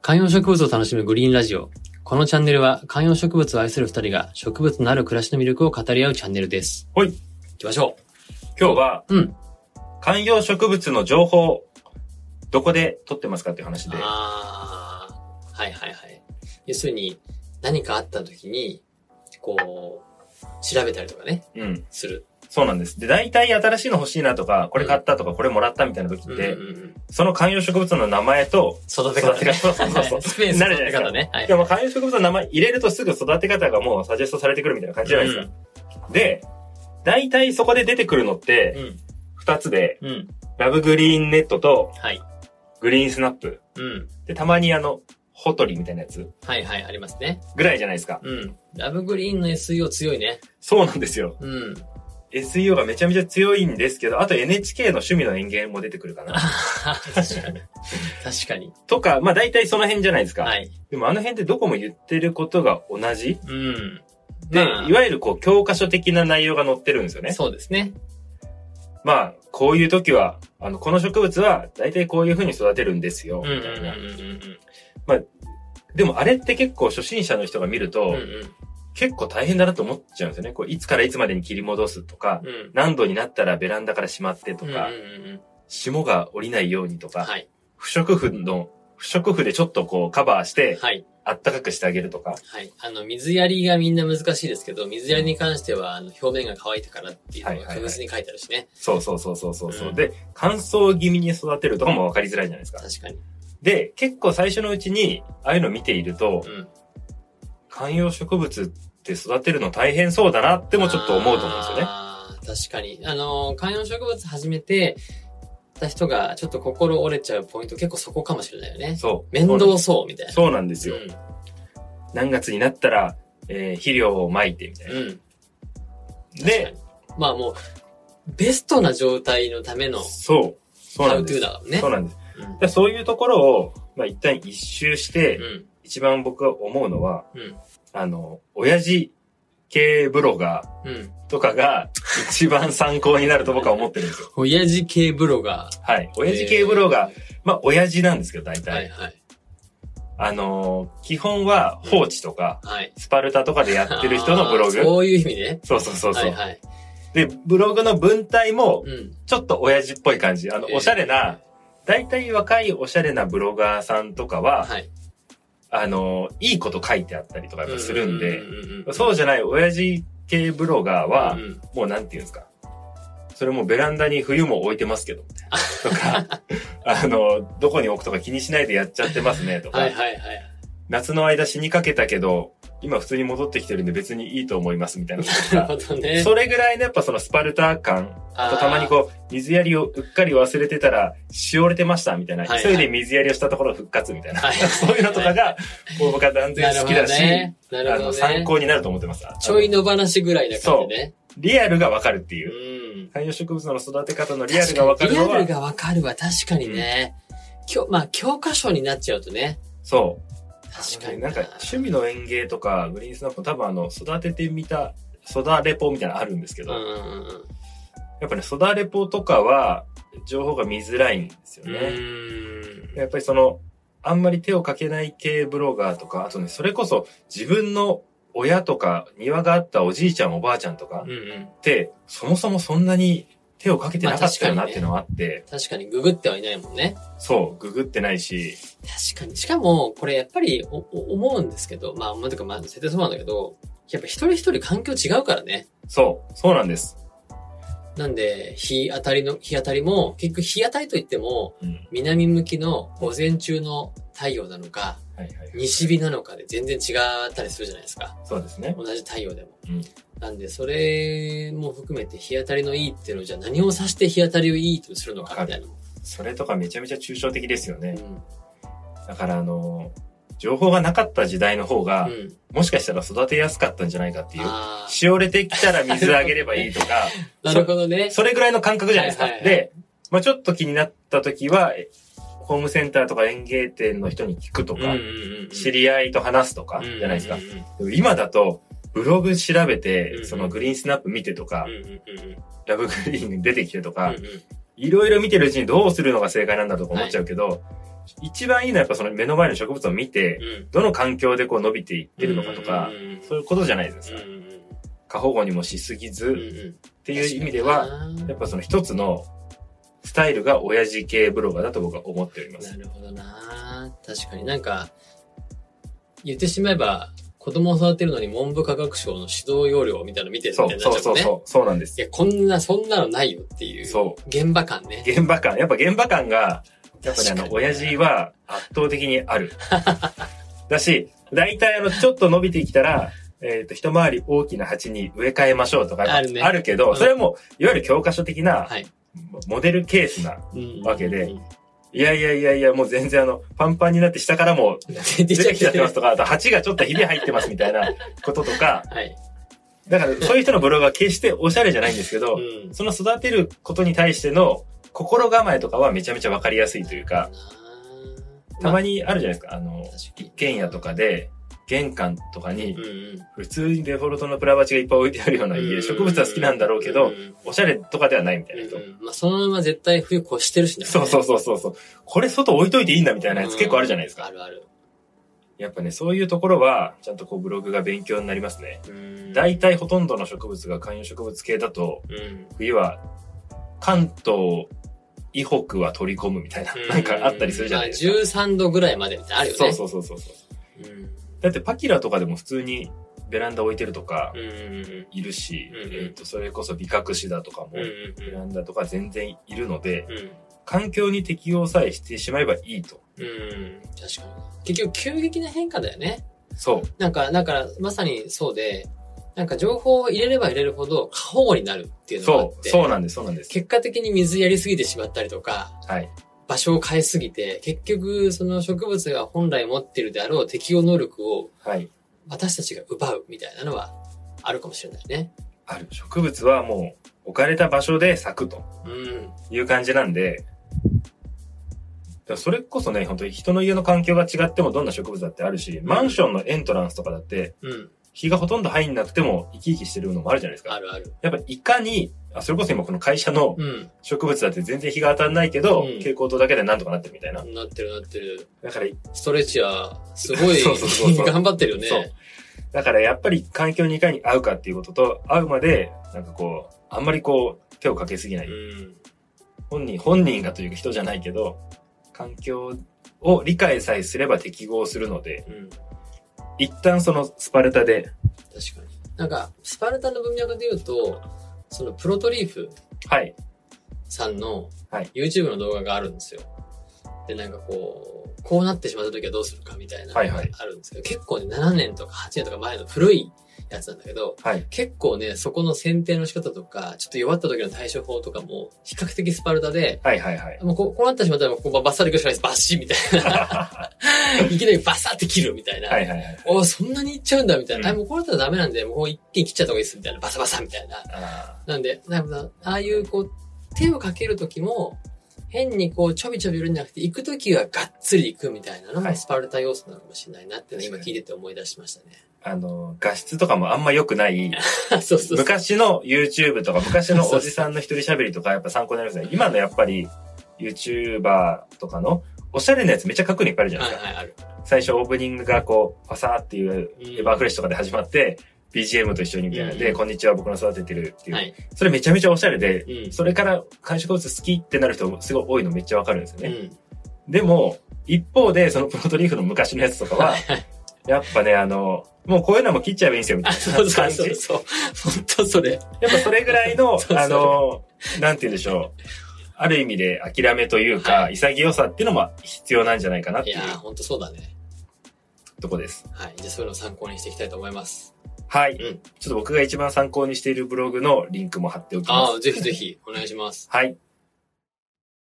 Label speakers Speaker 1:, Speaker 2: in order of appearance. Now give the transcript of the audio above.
Speaker 1: 観葉植物を楽しむグリーンラジオ。このチャンネルは観葉植物を愛する二人が植物のある暮らしの魅力を語り合うチャンネルです。
Speaker 2: はい
Speaker 1: 行きましょ
Speaker 2: 今日は、
Speaker 1: う。うん。
Speaker 2: 観葉植物の情報、どこで取ってますかっていう話で。
Speaker 1: ああ、はいはいはい。要するに、何かあった時に、こう、調べたりとかね、
Speaker 2: うん。
Speaker 1: する。
Speaker 2: そうなんです。で、大体新しいの欲しいなとか、これ買ったとか、これもらったみたいな時って、
Speaker 1: うんうんうん
Speaker 2: その観葉植物の名前と、
Speaker 1: 育て
Speaker 2: 育
Speaker 1: 方
Speaker 2: て方、
Speaker 1: ね。
Speaker 2: そうそうそう。
Speaker 1: スペース
Speaker 2: なる
Speaker 1: 育
Speaker 2: じゃ
Speaker 1: て
Speaker 2: ないですか
Speaker 1: 方ね。はい
Speaker 2: で。も観葉植物の名前入れるとすぐ育て方がもうサジェストされてくるみたいな感じじゃないですか。で、大体そこで出てくるのっ
Speaker 1: う
Speaker 2: て、
Speaker 1: ん。
Speaker 2: 二つで、
Speaker 1: うん。うん。
Speaker 2: ラブグリーンネットと
Speaker 1: はい。
Speaker 2: グリーンスナップ。
Speaker 1: うん。
Speaker 2: で、たまにあの、ホトリみたいなやつ
Speaker 1: はいはい、ありますね。
Speaker 2: ぐらいじゃないですか。
Speaker 1: うん。ラブグリーンの SEO 強いね。
Speaker 2: そうなんですよ。
Speaker 1: うん。
Speaker 2: SEO がめちゃめちゃ強いんですけど、あと NHK の趣味の園芸も出てくるかな。
Speaker 1: 確かに。確かに。
Speaker 2: とか、まあ大体その辺じゃないですか。
Speaker 1: はい。
Speaker 2: でもあの辺ってどこも言ってることが同じ
Speaker 1: うん。
Speaker 2: で、
Speaker 1: まあ
Speaker 2: いわゆるこう教科書的な内容が載ってるんですよね。
Speaker 1: そうですね。
Speaker 2: まあ、こういう時は、あの、この植物は大体こういう風に育てるんですよ。
Speaker 1: うん
Speaker 2: み
Speaker 1: うんうん
Speaker 2: たいな。
Speaker 1: うん
Speaker 2: でもあれって結構初心者の人が見ると、
Speaker 1: うん。うん
Speaker 2: 結構大変だなと思っちゃうんですよね。こういつからいつまでに切り戻すとか、
Speaker 1: うん。うん。
Speaker 2: 何度になったらベランダからしまってと
Speaker 1: う
Speaker 2: か、
Speaker 1: んうんうんうん
Speaker 2: 霜が降りないようにとか、
Speaker 1: はい。
Speaker 2: 不織布の、不織布でちょっとこうカバーして、
Speaker 1: はい。
Speaker 2: あったかくしてあげるとか。
Speaker 1: はい。あの、水やりがみんな難しいですけど、水やりに関しては、あの、表面が乾いてからっていうの
Speaker 2: はい
Speaker 1: が
Speaker 2: はいはい
Speaker 1: 確実に書いてあるしね。
Speaker 2: そうそうそうそうそうそう、
Speaker 1: うん
Speaker 2: で、乾燥気味に育てるとかも分かりづらいじゃないですか。
Speaker 1: 確かに。
Speaker 2: で、結構最初のうちに、ああいうの見ていると、
Speaker 1: うん。
Speaker 2: 観葉植物って育てるの大変そうだなってもちょっと思うと思うんですよね。
Speaker 1: あー確かに。あの、観葉植物始めて、た人がちょっと心折れちゃうポイント結構そこかもしれないよね。
Speaker 2: そう。
Speaker 1: 面倒そうみたいな。
Speaker 2: そうなんですよ。
Speaker 1: う
Speaker 2: 何月になったら、えー肥料をまいてみたいな。
Speaker 1: ん。うん。
Speaker 2: で、
Speaker 1: 確かに、まあもう、ベストな状態のための
Speaker 2: そう。そう
Speaker 1: ハ
Speaker 2: な
Speaker 1: ウ
Speaker 2: ん
Speaker 1: ト
Speaker 2: で
Speaker 1: ゥー
Speaker 2: す。
Speaker 1: だからね
Speaker 2: そう。なんです。でそういうところを、まあ、一旦一周して、
Speaker 1: うんうん。
Speaker 2: 一番僕が思うのは、
Speaker 1: うん
Speaker 2: あの、親父系ブロガ
Speaker 1: うん。
Speaker 2: ーとかが一番参考になると僕は思ってるんですよ。
Speaker 1: 親父系ブロガー。
Speaker 2: はい。親父系ブロガー、まあ、親父なんですけど、大
Speaker 1: えー。は
Speaker 2: 体。
Speaker 1: いはい。
Speaker 2: あのー、基本は放置とか、
Speaker 1: はい。
Speaker 2: スパルタとかでやってる人のブロ
Speaker 1: あー
Speaker 2: グ。
Speaker 1: そういう意味ね。
Speaker 2: そうそうそうそう、
Speaker 1: はいはい。
Speaker 2: で、ブログの文体も、
Speaker 1: うん。
Speaker 2: ちょっと親父っぽい感じ。あの、
Speaker 1: えー
Speaker 2: おしゃれな、大体若いおしゃれなブロガーさんとかは、
Speaker 1: はい。
Speaker 2: あのー、いいこと書いてあったりとかやっぱするんで、
Speaker 1: ううう
Speaker 2: そうじゃない親父系ブロガーは、
Speaker 1: うん
Speaker 2: もうなんていうんですか。それもうベランダに冬も置いてますけど、みたいな。とか、あの、どこに置くとか気にしないでやっちゃってますね、とか。
Speaker 1: はいはいはい。
Speaker 2: 夏の間死にかけたけど、今普通に戻ってきてるんで別にいいと思います、みたい な。
Speaker 1: なるほどね。
Speaker 2: それぐらいのやっぱそのスパルタ感。あとたまにこう、水やりをうっかり忘れてたら、しおれてました、みたいな。
Speaker 1: はいはい
Speaker 2: 急いで水やりをしたところ復活、みたいな。
Speaker 1: はい
Speaker 2: そういうのとかが、もう僕は断
Speaker 1: う
Speaker 2: 然好きだし、
Speaker 1: な
Speaker 2: あ
Speaker 1: るほど
Speaker 2: の、
Speaker 1: ね。
Speaker 2: 参考になると思ってます。あの
Speaker 1: ちょいの話ぐらいだからね。
Speaker 2: リアルがわかるっていうう。
Speaker 1: ん。
Speaker 2: 観葉植物の育て方のリアルがわかるの
Speaker 1: リアル
Speaker 2: は、
Speaker 1: がわかるは確かにね。きょまあ、教科書になっちゃうとね。
Speaker 2: そう。
Speaker 1: 確かに。
Speaker 2: なんか、趣味の園芸とか、グリーンスナップ、多分あの、育ててみた、育レポみたいなのあるんですけ
Speaker 1: う
Speaker 2: ど、
Speaker 1: んうんうん。
Speaker 2: やっぱね、育レポとかは、情報が見づらいんですよ
Speaker 1: う
Speaker 2: ね。
Speaker 1: ーん
Speaker 2: やっぱりその、あんまり手をかけない系ブロガーとか、あとね、それこそ自分の親とか、庭があったおじいちゃんおばあちゃんとか
Speaker 1: うんうん。
Speaker 2: って、そもそもそんなに手をかけてなかったよ
Speaker 1: ま
Speaker 2: な
Speaker 1: あ確かにね
Speaker 2: っていうのはあって、
Speaker 1: 確かにググってはいないもんね。
Speaker 2: そう、ググってないし、
Speaker 1: 確かに。しかも、これやっぱりおお思うんですけど、まあ、思うというか、まあ、設定そうなんだけど、やっぱ一人一人環境違うからね。
Speaker 2: そう、そうなんです。
Speaker 1: なんで、日当たりの、日当たりも、結局日当たりといっても、
Speaker 2: うん。
Speaker 1: 南向きの午前中の太陽なのか、
Speaker 2: はいはいはい。
Speaker 1: 西日なのかで全然違ったりするじゃないですか。
Speaker 2: そうですね。
Speaker 1: 同じ太陽でも。
Speaker 2: うん
Speaker 1: なんで、それも含めて日当たりのいいっていうのをじゃあ何を指して日当たりをいいとするのかみたいなのも。
Speaker 2: それとかめちゃめちゃ抽象的ですよ
Speaker 1: う
Speaker 2: ね。
Speaker 1: ん。
Speaker 2: だからあの、情報がなかった時代の方が、
Speaker 1: うん。
Speaker 2: もしかしたら育てやすかったんじゃないかっていう。
Speaker 1: あ
Speaker 2: しおれてきたら水あげればいいと か、
Speaker 1: あ、なるほどね。
Speaker 2: それぐらいの感覚じゃないですか。
Speaker 1: はいはいはい
Speaker 2: で、まあちょっと気になった時は、えホームセンターとか園芸店の人に聞くとか、知
Speaker 1: り
Speaker 2: り合いと話すとか、じゃないですか。でも今だと、ブログ調べて、
Speaker 1: うん
Speaker 2: そのグリーンスナップ見てとか、ラブグリーン出てきてとか、
Speaker 1: うんうん
Speaker 2: いろいろ見てるうちにどうするのが正解なんだとか思っちゃうけど、一番いいのはやっぱその目の前の植物を見て、
Speaker 1: うん。
Speaker 2: どの環境でこう伸びていってるのかとか
Speaker 1: うん、うんうん、
Speaker 2: そういうことじゃないです
Speaker 1: うん
Speaker 2: か
Speaker 1: う。ん
Speaker 2: 過保護にもしすぎ
Speaker 1: うん。うん
Speaker 2: ず
Speaker 1: うん。
Speaker 2: っていう意味では、やっぱその一つのスタイルが親父系ブロガーだと僕は思っております
Speaker 1: な。るほどな確かになんか、言ってしまえば、子供を育てるのに文部科学省の指導要領みたいなの見てる
Speaker 2: そ
Speaker 1: みたいうになっ
Speaker 2: そ
Speaker 1: ち
Speaker 2: う
Speaker 1: ゃう
Speaker 2: そ
Speaker 1: もん
Speaker 2: う
Speaker 1: ね。
Speaker 2: そう、そうなんです
Speaker 1: い。や、こんな、そんなのないよっていう。
Speaker 2: そ
Speaker 1: 現場感ね。
Speaker 2: 現場感、やっぱ現場感が、やっぱりあ
Speaker 1: 確かに
Speaker 2: の、
Speaker 1: ね
Speaker 2: 親父は圧倒的にある。だし、大体あの、ちょっと伸びてきたら、えっ、と、一回り大きな鉢に植え替えましょうとか、
Speaker 1: あるね
Speaker 2: あるけ
Speaker 1: う
Speaker 2: ど、
Speaker 1: ん
Speaker 2: それはもう、いわゆる教科書的な、
Speaker 1: はい
Speaker 2: モデルケースな。
Speaker 1: うん
Speaker 2: わけで
Speaker 1: うん
Speaker 2: いやいやいやいや、もう全然あの、パンパンになって下からも
Speaker 1: 出て
Speaker 2: 出
Speaker 1: きちゃ
Speaker 2: て
Speaker 1: っ
Speaker 2: きちゃって
Speaker 1: て
Speaker 2: ま
Speaker 1: ますす。
Speaker 2: とか、あと鉢がちょっとひび入ってますみたいな こととか、
Speaker 1: はい。
Speaker 2: だからそういう人のブログは決しておしゃれじゃないんですけど、
Speaker 1: うん。
Speaker 2: その育てることに対しての心構えとかはめちゃめちゃわかりやすいというか、たま
Speaker 1: に、
Speaker 2: にあるじゃないですか、あの
Speaker 1: まあ、確か
Speaker 2: 一
Speaker 1: に
Speaker 2: 軒家とかで、玄関とかに
Speaker 1: うん、うん。
Speaker 2: 普通にデフォルトのプラバチがいっぱい置いてあるような
Speaker 1: う
Speaker 2: 家、
Speaker 1: ん
Speaker 2: 植物は好きなんだろうけ
Speaker 1: う
Speaker 2: ど
Speaker 1: ん、うん
Speaker 2: おしゃれとかではないみたいな人。
Speaker 1: うんまあ、そのまま絶対冬越してるしね。
Speaker 2: そうそう
Speaker 1: み
Speaker 2: そうそうそう。これ外置いといていいんだみたいなやつ結構あるじゃないですか
Speaker 1: あ。るある。
Speaker 2: やっぱね、そういうところは、ちゃんとこうブログが勉強になりますね。
Speaker 1: うん
Speaker 2: 大体ほとんどの植物が観葉植物系だと、
Speaker 1: うん。
Speaker 2: 冬は関東以北は取り込むみたいな、なんかあったりするじゃないですか。
Speaker 1: まあ、13度ぐらいまでってあるよね。
Speaker 2: そうそうそうそうそう。
Speaker 1: うん。
Speaker 2: だってパキラとかでも普通にベランダ置いてるとか
Speaker 1: うんうん
Speaker 2: いるし、
Speaker 1: うんうん
Speaker 2: えっとそれこそ美隠しだとかも
Speaker 1: うん。うん
Speaker 2: ベ
Speaker 1: うん
Speaker 2: ランダとか全然いるので、
Speaker 1: うん。
Speaker 2: 環境に適応さえしてしまえばいいと。
Speaker 1: うん。確かに。結局、急激な変化だよね。
Speaker 2: そう。
Speaker 1: なんか、だから、まさにそうで、なんか情報を入れれば入れるほど過保護になるっていうのがあっ
Speaker 2: そう。
Speaker 1: て、
Speaker 2: そうなんです。そうなんです。
Speaker 1: 結果的に水やりすぎてしまったりとか、
Speaker 2: はい。
Speaker 1: 場所を変えすぎて、結局、その植物が本来持ってるであろう適応能力を
Speaker 2: はい。
Speaker 1: 私たちが奪うみたいなのはあるかもしれないね。
Speaker 2: ある。植物はもう置かれた場所で咲くと
Speaker 1: うん。
Speaker 2: いう感じなんで、だからそれこそね、本当に人の家の環境が違ってもどんな植物だってあるし、マンションのエントランスとかだって、
Speaker 1: うん。
Speaker 2: 日がほとんど入んなくても生き生きしてるのもあるじゃないですか
Speaker 1: あ。るある。
Speaker 2: やっぱいかに、あそれこそ今この会社の
Speaker 1: うん。
Speaker 2: 植物だって全然日が当たんないけど、
Speaker 1: うん
Speaker 2: 蛍光灯だけでなんとかなってるみたいな。
Speaker 1: なってるなってる。
Speaker 2: だから、
Speaker 1: ストレッチは、すごい
Speaker 2: そうそうそうそう
Speaker 1: 頑張ってるよね。
Speaker 2: そう。だからやっぱり環境にいかに合うかっていうことと、合うまで、なんかこう、あんまりこう、手をかけすぎない。
Speaker 1: うん。
Speaker 2: 本人、本人がというか人じゃないけど、環境を理解さえすれば適合するので、
Speaker 1: うん。確
Speaker 2: 一旦そのスパルタで、
Speaker 1: かに。なんか、スパルタの文脈で言うと、そのプロトリーフ
Speaker 2: はい、
Speaker 1: さんの
Speaker 2: はい
Speaker 1: YouTube の動画があるんですよ。で、なんかこう、こうなってしまった時はどうするかみたいなの
Speaker 2: はい
Speaker 1: が
Speaker 2: はい
Speaker 1: あるんですけど、結構ね、7年とか8年とか前の古いやつなんだけど、
Speaker 2: はい、
Speaker 1: 結構ね、そこの選定の仕方とか、ちょっと弱った時の対処法とかも、比較的スパルタで、
Speaker 2: はいはいはい。
Speaker 1: もうこうこうなってしまったら、こうバッサリ行くしかないです。バッシーみたいな。
Speaker 2: はい
Speaker 1: きなりバサって切るみたいな。
Speaker 2: いはいはい。
Speaker 1: おーそんなにいっちゃうんだみたいな。
Speaker 2: うん
Speaker 1: あ、もうこれだったらダメなんで、もう一気に切っちゃった方がいいですみたいな。バサバサみたいな。
Speaker 2: あ
Speaker 1: なんで、なんかさ、ああいうこう、手をかけるときも、変にこう、ちょびちょびいるんじゃなくて、行くときはがっつり行くみたいなの
Speaker 2: は
Speaker 1: も
Speaker 2: い
Speaker 1: スパルタ要素なのかもしれないなっていうのを今
Speaker 2: 確
Speaker 1: 聞
Speaker 2: か
Speaker 1: いてて思い出しましたね。
Speaker 2: ーあの、画質とかもあんま良くない、
Speaker 1: そうそうそう。
Speaker 2: 昔の YouTube とか、昔のおじさんの一人喋りとか、やっぱ参考になりますね。今のやっぱり、YouTuber とかの、おしゃれなやつめっちゃ書くのいっぱいあるじゃない
Speaker 1: は
Speaker 2: で
Speaker 1: い
Speaker 2: すか。
Speaker 1: はい、ある。
Speaker 2: 最初オープニングがこう、パサーっていう
Speaker 1: うん
Speaker 2: エヴァーフレッシュとかで始まって、BGM と一緒にみたいな。
Speaker 1: うんう
Speaker 2: で、
Speaker 1: ん
Speaker 2: こんにちは、僕の育ててるっていう。
Speaker 1: はい。
Speaker 2: それめちゃめちゃおしゃれで、
Speaker 1: うん。
Speaker 2: それから観賞物好きってなる人もすごい多いのめっちゃわかるんですよ
Speaker 1: う
Speaker 2: ね。
Speaker 1: ん。
Speaker 2: でも、一方で、そのプロトリーフの昔のやつとかは、やっぱね、あの、もうこういうのも切っちゃえばいいんですよ、みた
Speaker 1: あ、
Speaker 2: い
Speaker 1: そう
Speaker 2: な
Speaker 1: そ
Speaker 2: 感
Speaker 1: う
Speaker 2: じ。
Speaker 1: そうそう。本当それ。
Speaker 2: やっぱそれぐらい の
Speaker 1: そうそう、
Speaker 2: あの、なんて言うんでしょう。ある意味で諦めというか、
Speaker 1: は
Speaker 2: 潔さっていうのも必要なんじゃないかなっ
Speaker 1: い
Speaker 2: ていう
Speaker 1: やー、本当そうだね。
Speaker 2: とこです。
Speaker 1: はい。じゃあそういうのを参考にしていきたいと思います。
Speaker 2: はい、
Speaker 1: うん
Speaker 2: ちょっと僕が一番参考にしているブログのリンクも貼っておきま
Speaker 1: あ
Speaker 2: す。
Speaker 1: あ、ぜひぜひ、お願いします。
Speaker 2: はい。